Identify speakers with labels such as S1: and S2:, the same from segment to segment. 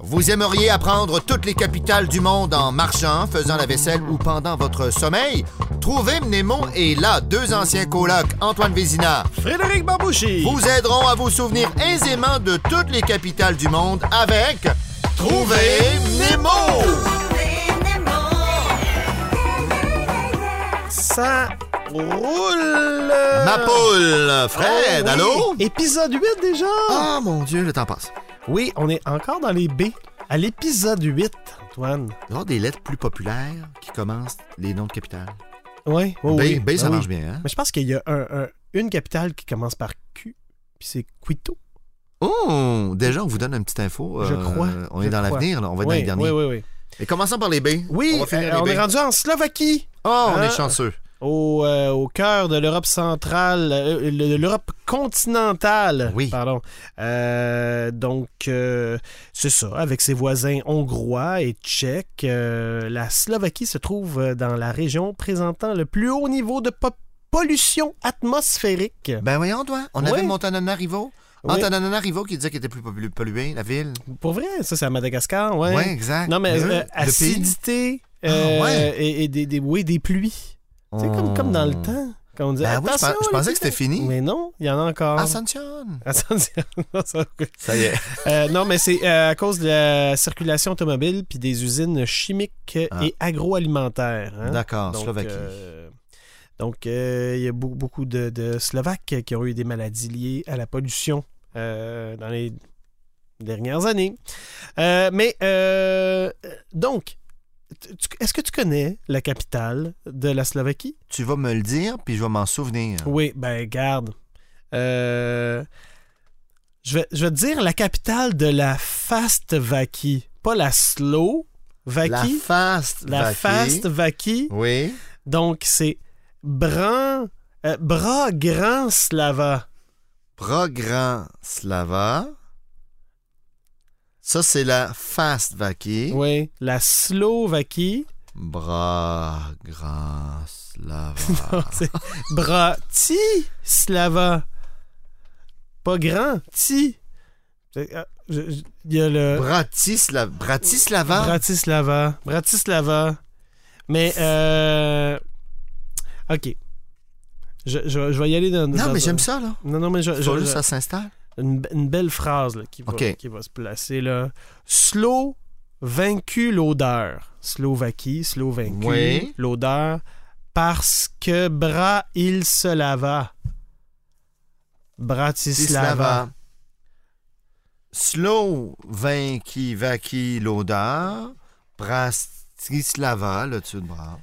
S1: Vous aimeriez apprendre toutes les capitales du monde en marchant, faisant la vaisselle ou pendant votre sommeil? Trouvez Mnemo et là, deux anciens colocs, Antoine Vézina,
S2: Frédéric Babouchi.
S1: vous aideront à vous souvenir aisément de toutes les capitales du monde avec Trouvez Nemo!
S2: Ça roule.
S1: Ma poule! Fred,
S2: Ah oui.
S1: allô?
S2: Épisode 8 déjà.
S1: Ah mon Dieu, le temps passe.
S2: Oui, on est encore dans les B. À l'épisode 8, Antoine.
S1: Lors des lettres plus populaires qui commencent les noms de capitales.
S2: Ouais, ouais,
S1: B,
S2: oui.
S1: B, ça
S2: Ah oui.
S1: marche bien, hein?
S2: Mais je pense qu'il y a un- un- une capitale qui commence par Q, puis c'est Quito.
S1: Oh! Déjà, on vous donne une petite info. euh,
S2: Je crois,
S1: On
S2: je
S1: est dans
S2: crois.
S1: l'avenir, là. On va être
S2: oui,
S1: dans les derniers.
S2: Oui, oui, oui.
S1: Et commençons par les B.
S2: Oui,
S1: on va finir
S2: euh,
S1: les
S2: on
S1: B.
S2: est rendu en Slovaquie.
S1: Oh, on
S2: Hein?
S1: est chanceux.
S2: au, euh, au cœur de l'Europe centrale, euh, le- de l'Europe continentale.
S1: Oui.
S2: Pardon. Euh, donc, euh, c'est ça, avec ses voisins hongrois et tchèques, euh, la Slovaquie se trouve euh, dans la région présentant le plus haut niveau de po- pollution atmosphérique.
S1: Ben voyons, toi. On
S2: Oui.
S1: avait Montananarivo.
S2: Oui.
S1: Antananarivo qui disait qu'il était plus pollu- pollué, la ville.
S2: Pour vrai, ça, c'est à Madagascar, ouais.
S1: Oui, exact.
S2: Non, mais
S1: Eux,
S2: euh,
S1: le pays.
S2: acidité
S1: Ah,
S2: euh,
S1: ouais.
S2: et, et des, des, oui, des pluies. C'est
S1: Oh.
S2: comme, comme dans le temps. Quand on disait,
S1: Ben oui, je
S2: Attention,
S1: pens- je
S2: les
S1: pensais que
S2: pluies.
S1: c'était fini. Ah,
S2: Mais non, il y en a encore.
S1: Ascension.
S2: Ascension. Non, ça-
S1: Ça y est.
S2: Euh, non, mais c'est euh, à cause de la circulation automobile puis des usines chimiques
S1: Ah.
S2: et agroalimentaires. hein.
S1: D'accord,
S2: Donc,
S1: Slovaquie.
S2: euh, donc, euh, il y a beaucoup, beaucoup de, de Slovaques qui ont eu des maladies liées à la pollution euh, dans les dernières années. Euh, mais euh, donc, tu- tu- est-ce que tu connais la capitale de la Slovaquie?
S1: Tu vas me le dire, puis je vais m'en souvenir.
S2: Oui, ben garde. Euh, je, vais, je vais te dire la capitale de la Fastvaki. Pas la Slow
S1: La
S2: Vaki.
S1: fast.
S2: La, Fastvaki.
S1: Oui.
S2: Donc, c'est Bran... euh, Bras Grand Slava.
S1: Progran Slava. Ça, c'est la fast vaki.
S2: Oui. La Slovaquie.
S1: Bra grand
S2: Non,
S1: slava.
S2: c'est Bratislava. Pas grand. Ti. C'est- ah, je- je- Il y a le...
S1: Bratisla- Bratislava.
S2: Euh, Bratislava. Bratislava. Mais, euh... OK. Je, je- je vais y aller dans...
S1: non, mais j'aime ça, là.
S2: Non, non, mais je...
S1: Faut
S2: je-
S1: juste
S2: je-
S1: ça s'installe.
S2: une, be- une belle phrase là, qui, va,
S1: OK.
S2: qui va se placer, là. Slow vaincu l'odeur. Slovaquie, slow vaincu
S1: Oui.
S2: l'odeur. Parce que bras, il se lava. Bratislava.
S1: Bratislava. Slow vainqui vaki l'odeur. Bratislava, le dessus de bras.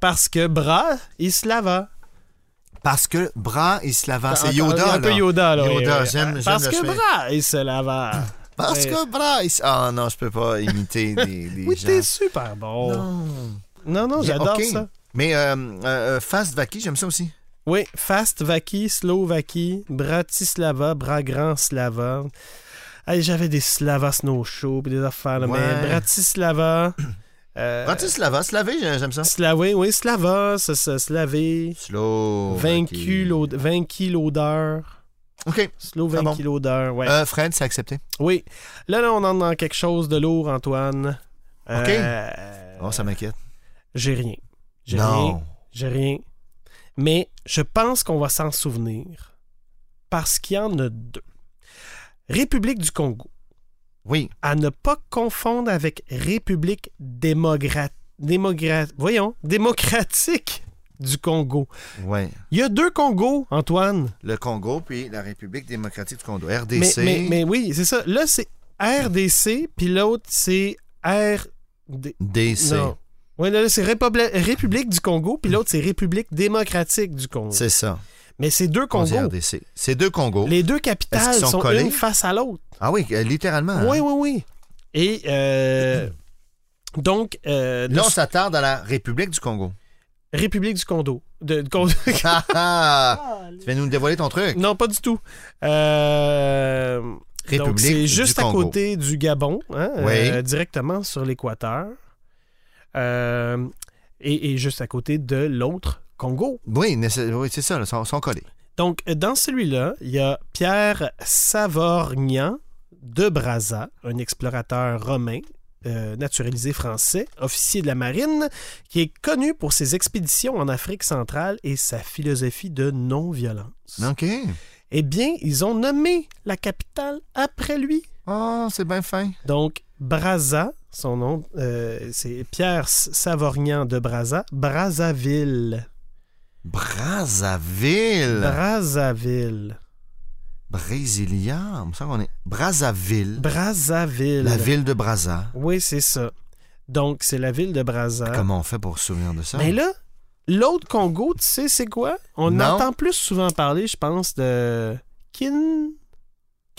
S2: Parce que bras, il se lava.
S1: Parce que bras et slava, Ah, c'est
S2: Un-
S1: Yoda,
S2: Un peu
S1: là.
S2: Yoda, là. oui,
S1: Yoda,
S2: oui.
S1: j'aime- j'aime
S2: Parce
S1: le
S2: que
S1: chemin.
S2: bras, il se lave.
S1: Parce que bras et... Ah non, je peux pas imiter des, des
S2: Oui,
S1: gens.
S2: t'es super bon. Non,
S1: Non.
S2: non, j'adore
S1: Ok.
S2: ça.
S1: Mais euh, euh, euh, Fast Vaki, j'aime ça aussi.
S2: Oui, Fastvaki, Slovaquie, Bratislava, Bragran, Slava. Hey, J'avais des Slava Snow Show pis des affaires, là, mais
S1: Ouais.
S2: Bratislava. euh,
S1: Bratislava, Slavé, j'ai- j'aime ça.
S2: Slavé, oui, Slava, ça, ça, Slavé.
S1: Slow.
S2: Vaincu
S1: Vaki.
S2: l'ode- vaincu l'odeur.
S1: OK.
S2: Slovaquie
S1: Ah bon.
S2: l'odeur, ouais.
S1: Euh, Fred, c'est accepté.
S2: Oui. Là, là, on entre dans quelque chose de lourd, Antoine.
S1: OK.
S2: Euh,
S1: Oh, ça m'inquiète.
S2: J'ai rien. J'ai rien.
S1: Non.
S2: J'ai rien. Mais je pense qu'on va s'en souvenir parce qu'il y en a deux. République du Congo,
S1: Oui.
S2: à ne pas confondre avec République démogra- démogra- voyons, démocratique du Congo.
S1: Ouais.
S2: Il y a deux Congos, Antoine.
S1: Le Congo, puis la République démocratique du Congo.
S2: Mais,
S1: RDC.
S2: mais- mais oui, c'est ça. Là, c'est RDC, puis l'autre, c'est RD.
S1: DC.
S2: Non. Oui, là, là, c'est Répobla- République du Congo, puis l'autre, c'est République démocratique du Congo.
S1: C'est ça.
S2: Mais c'est deux
S1: On dit
S2: Congos.
S1: RDC. C'est deux Congos.
S2: Les deux
S1: Est-ce
S2: capitales
S1: qu'ils
S2: sont,
S1: sont collés?
S2: une face à l'autre.
S1: Ah oui, euh, littéralement. hein.
S2: Oui, oui, oui. Et euh, donc, euh,
S1: Là, on
S2: nous-
S1: s'attarde à la République du Congo.
S2: République du Condo. De, de Condo-
S1: Ah, ah. tu viens nous dévoiler ton truc.
S2: non, pas du tout. Euh,
S1: République
S2: donc, c'est
S1: du
S2: juste à
S1: Congo.
S2: côté du Gabon, hein,
S1: Oui.
S2: euh, directement sur l'équateur. Euh, et, et juste à côté de l'autre Congo.
S1: Oui, nécess- oui, c'est ça, ils sont, sont collés.
S2: Donc, dans celui-là, il y a Pierre Savorgnan, de Braza, un explorateur romain. euh, naturalisé français, officier de la marine, qui est connu pour ses expéditions en Afrique centrale et sa philosophie de non-violence.
S1: OK.
S2: Eh bien, ils ont nommé la capitale après lui.
S1: Oh, c'est bien fin.
S2: Donc, Braza, son nom, euh, c'est Pierre S- Savorgnan de Braza, Brazzaville.
S1: Brazzaville.
S2: Brazzaville.
S1: Brésilien. Il me semble qu'on est. Brazzaville.
S2: Brazzaville.
S1: La ville de Brazza.
S2: Oui, c'est ça. Donc, c'est la ville de Braza.
S1: Comment on fait pour se souvenir de ça?
S2: Mais là, l'autre Congo, tu sais, c'est quoi? On
S1: Non.
S2: entend plus souvent parler, je pense, de
S1: Kinshasa.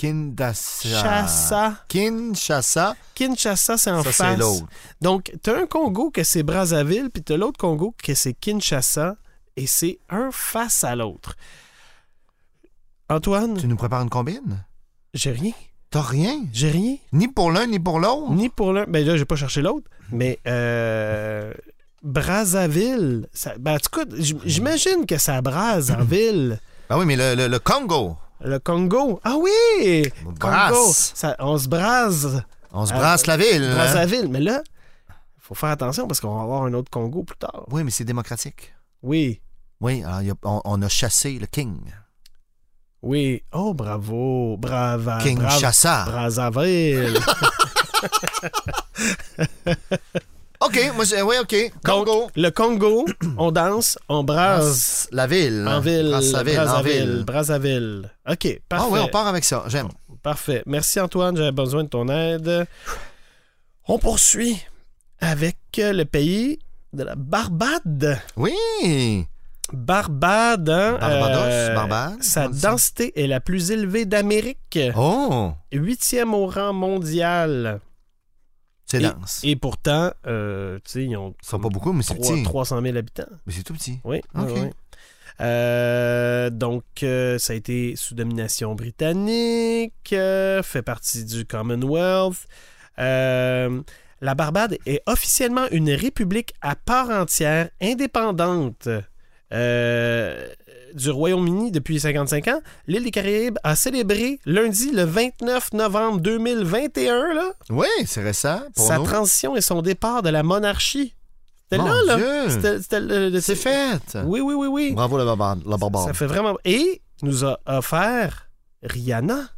S2: Kinshasa.
S1: Kinshasa.
S2: Kinshasa, c'est en
S1: Ah. Ça, c'est
S2: face.
S1: l'autre.
S2: Donc, t'as un Congo que c'est Brazzaville, puis t'as l'autre Congo que c'est Kinshasa, et c'est un face à l'autre. Antoine,
S1: Tu nous prépares une combine?
S2: j'ai rien.
S1: T'as rien?
S2: J'ai rien.
S1: Ni pour l'un, ni pour l'autre?
S2: Ni pour l'un. Ben là, j'ai pas cherché l'autre. Mais euh, Brazzaville. Ça, ben, en tout cas, j- j'imagine que ça brase en ville.
S1: Ah oui, mais le, le- le Congo.
S2: Le Congo. Ah oui!
S1: On
S2: Congo!
S1: brasse.
S2: Ça- on se brase.
S1: On se
S2: Ah,
S1: brasse la ville. hein?
S2: Brazzaville. Mais là, faut faire attention parce qu'on va avoir un autre Congo plus tard.
S1: Oui, mais c'est démocratique.
S2: Oui.
S1: Oui, alors, il y a- on, on a chassé le King.
S2: Oui. Oh, Ah, bravo. Brava.
S1: King
S2: brava-
S1: Chassa.
S2: Brazzaville.
S1: OK, moi, c'est- oui, OK.
S2: Donc,
S1: Congo.
S2: le Congo, on danse, on brase.
S1: Brasse la ville.
S2: En ville,
S1: Brasse la ville. en
S2: Brazzaville,
S1: ville.
S2: Brazzaville. OK, parfait.
S1: Ah oui, on part avec ça. J'aime.
S2: Parfait. Merci Antoine, j'avais besoin de ton aide. On poursuit avec euh, le pays de la Barbade.
S1: Oui.
S2: Barbade, hein,
S1: Barbados,
S2: euh,
S1: Barbade.
S2: Sa
S1: on dit ça.
S2: densité est la plus élevée d'Amérique,
S1: Oh,
S2: huitième au rang mondial.
S1: c'est dense.
S2: Et pourtant, euh, tu sais, ils ont
S1: Ils sont pas beaucoup, mais c'est
S2: trois-
S1: petit.
S2: 300 000 habitants.
S1: Mais c'est tout petit.
S2: Oui. oui,
S1: Ok.
S2: oui. Euh, donc, euh, ça a été sous domination britannique, euh, fait partie du Commonwealth. Euh, la Barbade est officiellement une république à part entière, indépendante euh, du Royaume-Uni depuis 55 ans. L'île des Caraïbes a célébré lundi le 29 novembre 2021 là,
S1: Oui, c'est récent pour
S2: sa
S1: nous.
S2: transition et son départ de la monarchie. C'était
S1: Mon
S2: là, là.
S1: Dieu.
S2: C'était- c'était le- le-
S1: C'est fait.
S2: Oui, oui, oui, oui.
S1: Bravo, la barbe. La barbare.
S2: Ça fait vraiment. Et nous a offert Rihanna.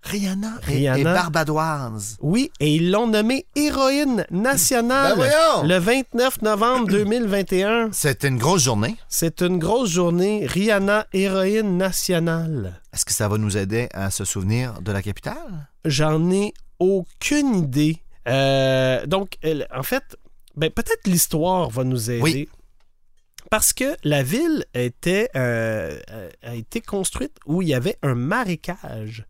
S1: Rihanna, et-
S2: Rihanna.
S1: et Barbadoise.
S2: Oui, et ils l'ont nommée héroïne
S1: Ben
S2: nationale
S1: voyons!
S2: le 29 novembre 2021.
S1: C'était une grosse journée.
S2: C'est une grosse journée. Rihanna, héroïne nationale.
S1: Est-ce que ça va nous aider à se souvenir de la capitale?
S2: J'en ai aucune idée. Euh, donc, elle- en fait, ben, peut-être l'histoire va nous aider.
S1: Oui.
S2: Parce que la ville était, euh, euh, a été construite où il y avait un marécage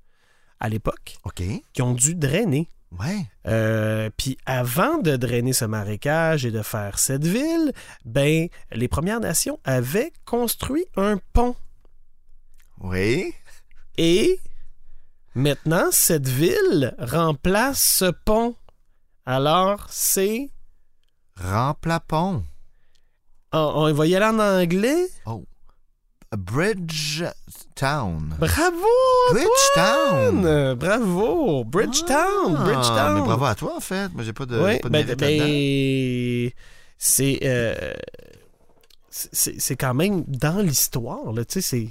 S2: à l'époque.
S1: OK.
S2: qui ont dû drainer.
S1: Ouais.
S2: Euh, Puis avant de drainer ce marécage et de faire cette ville, ben les Premières Nations avaient construit un pont.
S1: Oui.
S2: Et maintenant, cette ville remplace ce pont. Alors, c'est...
S1: Remplapon.
S2: On, on va y aller en anglais.
S1: Bridgetown.
S2: Bravo!
S1: Bridgetown.
S2: Anne! Bravo! Bridgetown!
S1: Ah,
S2: Bridgetown!
S1: Mais bravo à toi, en fait. Moi, j'ai pas de, j'ai
S2: Oui,
S1: pas euh, de
S2: ben,
S1: mérite
S2: ben,
S1: là-dedans.
S2: c'est euh, c'est c'est quand même dans l'histoire là, tu sais, c'est-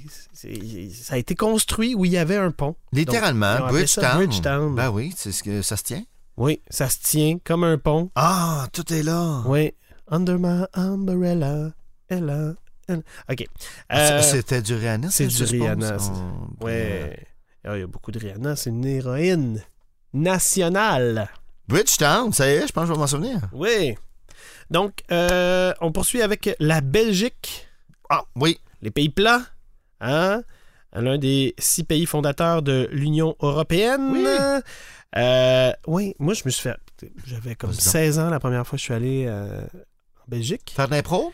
S2: c'est- ça a été construit où il y avait un pont.
S1: Littéralement,
S2: ils ont appelé ça
S1: Bridgetown.
S2: Bridgetown.
S1: Ben oui, c'est ce que ça se tient.
S2: Oui, ça se tient comme un pont.
S1: Ah, tout est là.
S2: Oui, under my umbrella, Ella, Ella. Ok.
S1: Ah,
S2: Euh,
S1: c- C'était du Rihanna.
S2: c'est
S1: ça,
S2: du
S1: je
S2: Rihanna,
S1: suppose?
S2: c'est-
S1: Oh,
S2: ouais. Ah, Il y a beaucoup de Rihanna, c'est une héroïne nationale.
S1: Bridgetown, ça y est, je pense que je vais m'en souvenir.
S2: Oui. Donc, euh, on poursuit avec la Belgique.
S1: Ah, oui.
S2: les pays plats, hein? l'un des six pays fondateurs de l'Union européenne.
S1: Oui.
S2: Euh, oui, moi, je me suis fait. J'avais comme
S1: Vas-y donc.
S2: 16 ans la première fois que je suis allé euh, en Belgique.
S1: Faire de l'impro?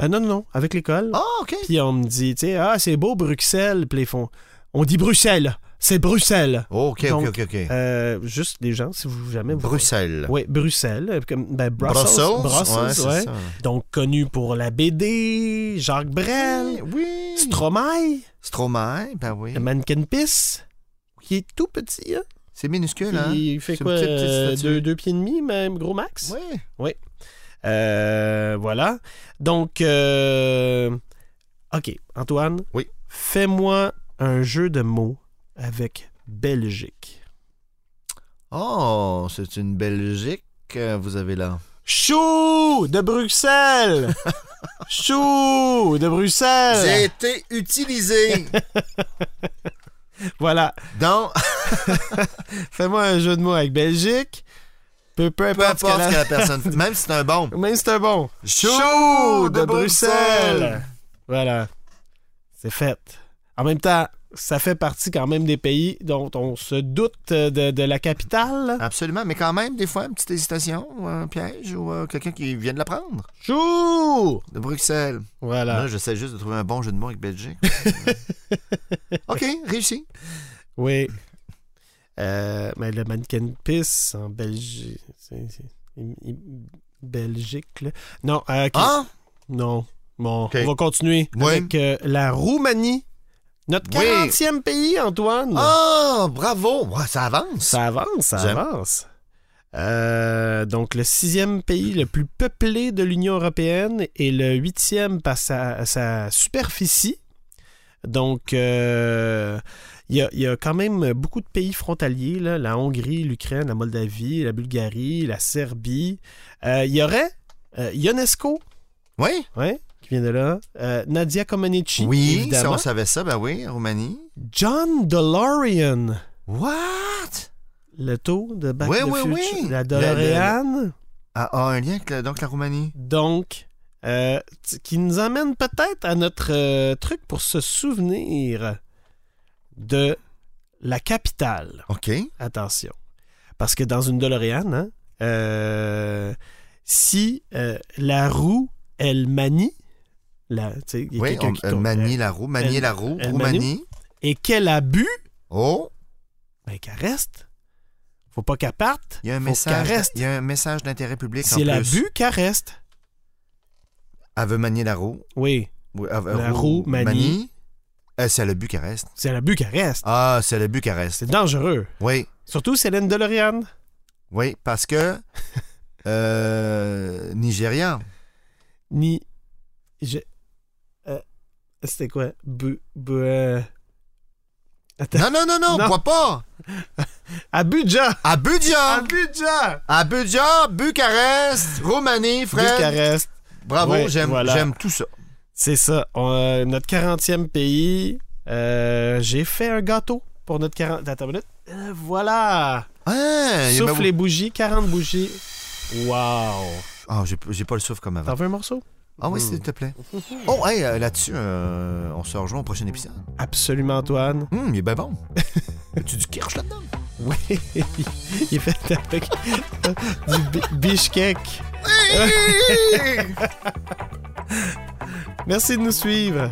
S2: Euh, non, non, non, avec l'école.
S1: Ah, OK.
S2: Puis on me dit, tu sais, ah, c'est beau Bruxelles. Puis ils font, on dit Bruxelles, c'est Bruxelles.
S1: OK, OK,
S2: Donc,
S1: OK, OK.
S2: Euh, juste les gens, si vous jamais. Vous...
S1: Bruxelles.
S2: Oui, Bruxelles. euh, Comme, ben, Brussels. Brussels,
S1: ouais, c'est
S2: ouais.
S1: ça.
S2: Donc connu pour la BD, Jacques Brel,
S1: Oui.
S2: Stromae.
S1: Stromae, ben oui.
S2: Le mannequin pisse, qui est tout petit, hein?
S1: C'est minuscule, hein?
S2: Il fait
S1: C'est une
S2: quoi?
S1: petite, petite
S2: euh,
S1: statue.
S2: deux, deux pieds et demi, même, gros max?
S1: Oui.
S2: Euh, voilà. Donc, euh, OK, Antoine.
S1: Oui.
S2: Fais-moi un jeu de mots avec Belgique.
S1: Oh, c'est une Belgique que vous avez là.
S2: Chou de Bruxelles! Chou de
S1: J'ai
S2: Bruxelles!
S1: été utilisé
S2: Voilà.
S1: dans
S2: Fais-moi un jeu de mots avec Belgique. Peu, peu
S1: peu
S2: importe ce
S1: importe
S2: qu'elle
S1: ce que
S2: a-
S1: la personne... Même si c'est un bon.
S2: Même si c'est un bon.
S1: Chaud
S2: Voilà. C'est fait. En même temps, ça fait partie quand même des pays dont on se doute euh, de, de la capitale.
S1: Absolument, mais quand même, des fois, une petite hésitation, ou un piège, ou euh, quelqu'un qui vient de la prendre.
S2: Chou!
S1: De Bruxelles.
S2: Voilà.
S1: Là, j'essaie juste de trouver un bon jeu de mots avec Belgique. OK, réussi.
S2: Oui. Euh, mais le mannequin pisse en Belgique. c'est- c'est- il- il- Belgique, là. Non, euh, ok.
S1: Ah,
S2: Non. Bon,
S1: Ok.
S2: on va continuer
S1: Oui.
S2: avec euh, la Roumanie. Notre
S1: Oui.
S2: 40e pays, Antoine.
S1: ah bravo! Ouais, ça avance.
S2: Ça avance, ça
S1: J'aime.
S2: avance. Euh, donc, le sixième pays le plus peuplé de l'Union européenne et le huitième par sa, sa superficie. Donc, euh, il y, a- il y a quand même beaucoup de pays frontaliers, là, la Hongrie, l'Ukraine, la Moldavie, la Bulgarie, la Serbie. Euh, Il y aurait euh, Ionesco,
S1: Oui,
S2: ouais, qui vient de là, Euh, Nadia Comaneci,
S1: oui si
S2: évidemment.
S1: on savait ça, ben oui, Roumanie.
S2: John DeLorean.
S1: What?
S2: Le taux de Back
S1: Oui,
S2: to the
S1: oui, oui.
S2: Future,
S1: Le-
S2: La
S1: le-
S2: DeLorean.
S1: Ah, ah, un lien avec, la- donc la Roumanie.
S2: Donc, euh, t- qui nous amène peut-être à notre euh, truc pour se souvenir de la capitale.
S1: OK.
S2: Attention. Parce que dans une DeLorean, hein, euh, si euh, la roue, elle manie, la, tu sais, il y a
S1: Oui,
S2: quelqu'un
S1: on,
S2: qui
S1: euh,
S2: tourne,
S1: Manie
S2: euh,
S1: la roue, Manie
S2: elle-
S1: la roue,
S2: elle
S1: Roumanie.
S2: et qu'elle a bu,
S1: Oh,
S2: ben, qu'elle reste. Faut pas qu'elle parte.
S1: il y a un
S2: Faut
S1: message,
S2: qu'elle reste.
S1: il y a un message d'intérêt public en
S2: Si elle a
S1: plus.
S2: bu, qu'elle reste.
S1: Elle veut manier la roue.
S2: Oui.
S1: Oui, elle- elle-
S2: La roue, manie.
S1: Euh, c'est le Bucarest.
S2: Si elle a bu, qu'elle reste.
S1: Ah, c'est le Bucarest.
S2: C'est dangereux.
S1: Oui,
S2: Surtout si elle a une DeLorean.
S1: oui, parce que... euh, Nigeria.
S2: ni je euh, c'était quoi bu bu euh,
S1: Non, non, non, non,
S2: Non.
S1: bois pas.
S2: Abuja
S1: Abuja.
S2: Abuja
S1: Abuja, Bucarest, Roumanie, Fred.
S2: Bucarest
S1: Bravo,
S2: Ouais,
S1: j'aime
S2: voilà.
S1: j'aime tout ça.
S2: c'est ça On, euh, notre 40e pays euh, j'ai fait un gâteau pour notre 40 attends une minute Euh, voilà
S1: Ah, il y a
S2: souffle
S1: ma-
S2: les bougies 40 bougies wow
S1: Ah, j'ai j'ai pas le souffle comme
S2: t'en
S1: avant.
S2: veux un morceau
S1: Ah oui,
S2: Mmh.
S1: s'il te plaît. Oh, hey, euh, là-dessus, euh, on se rejoint au prochain épisode.
S2: absolument Antoine
S1: Hum, il est ben bon. tu du kirsch là-dedans?
S2: oui il est fait avec du bi- bishkek
S1: Hey!
S2: merci de nous suivre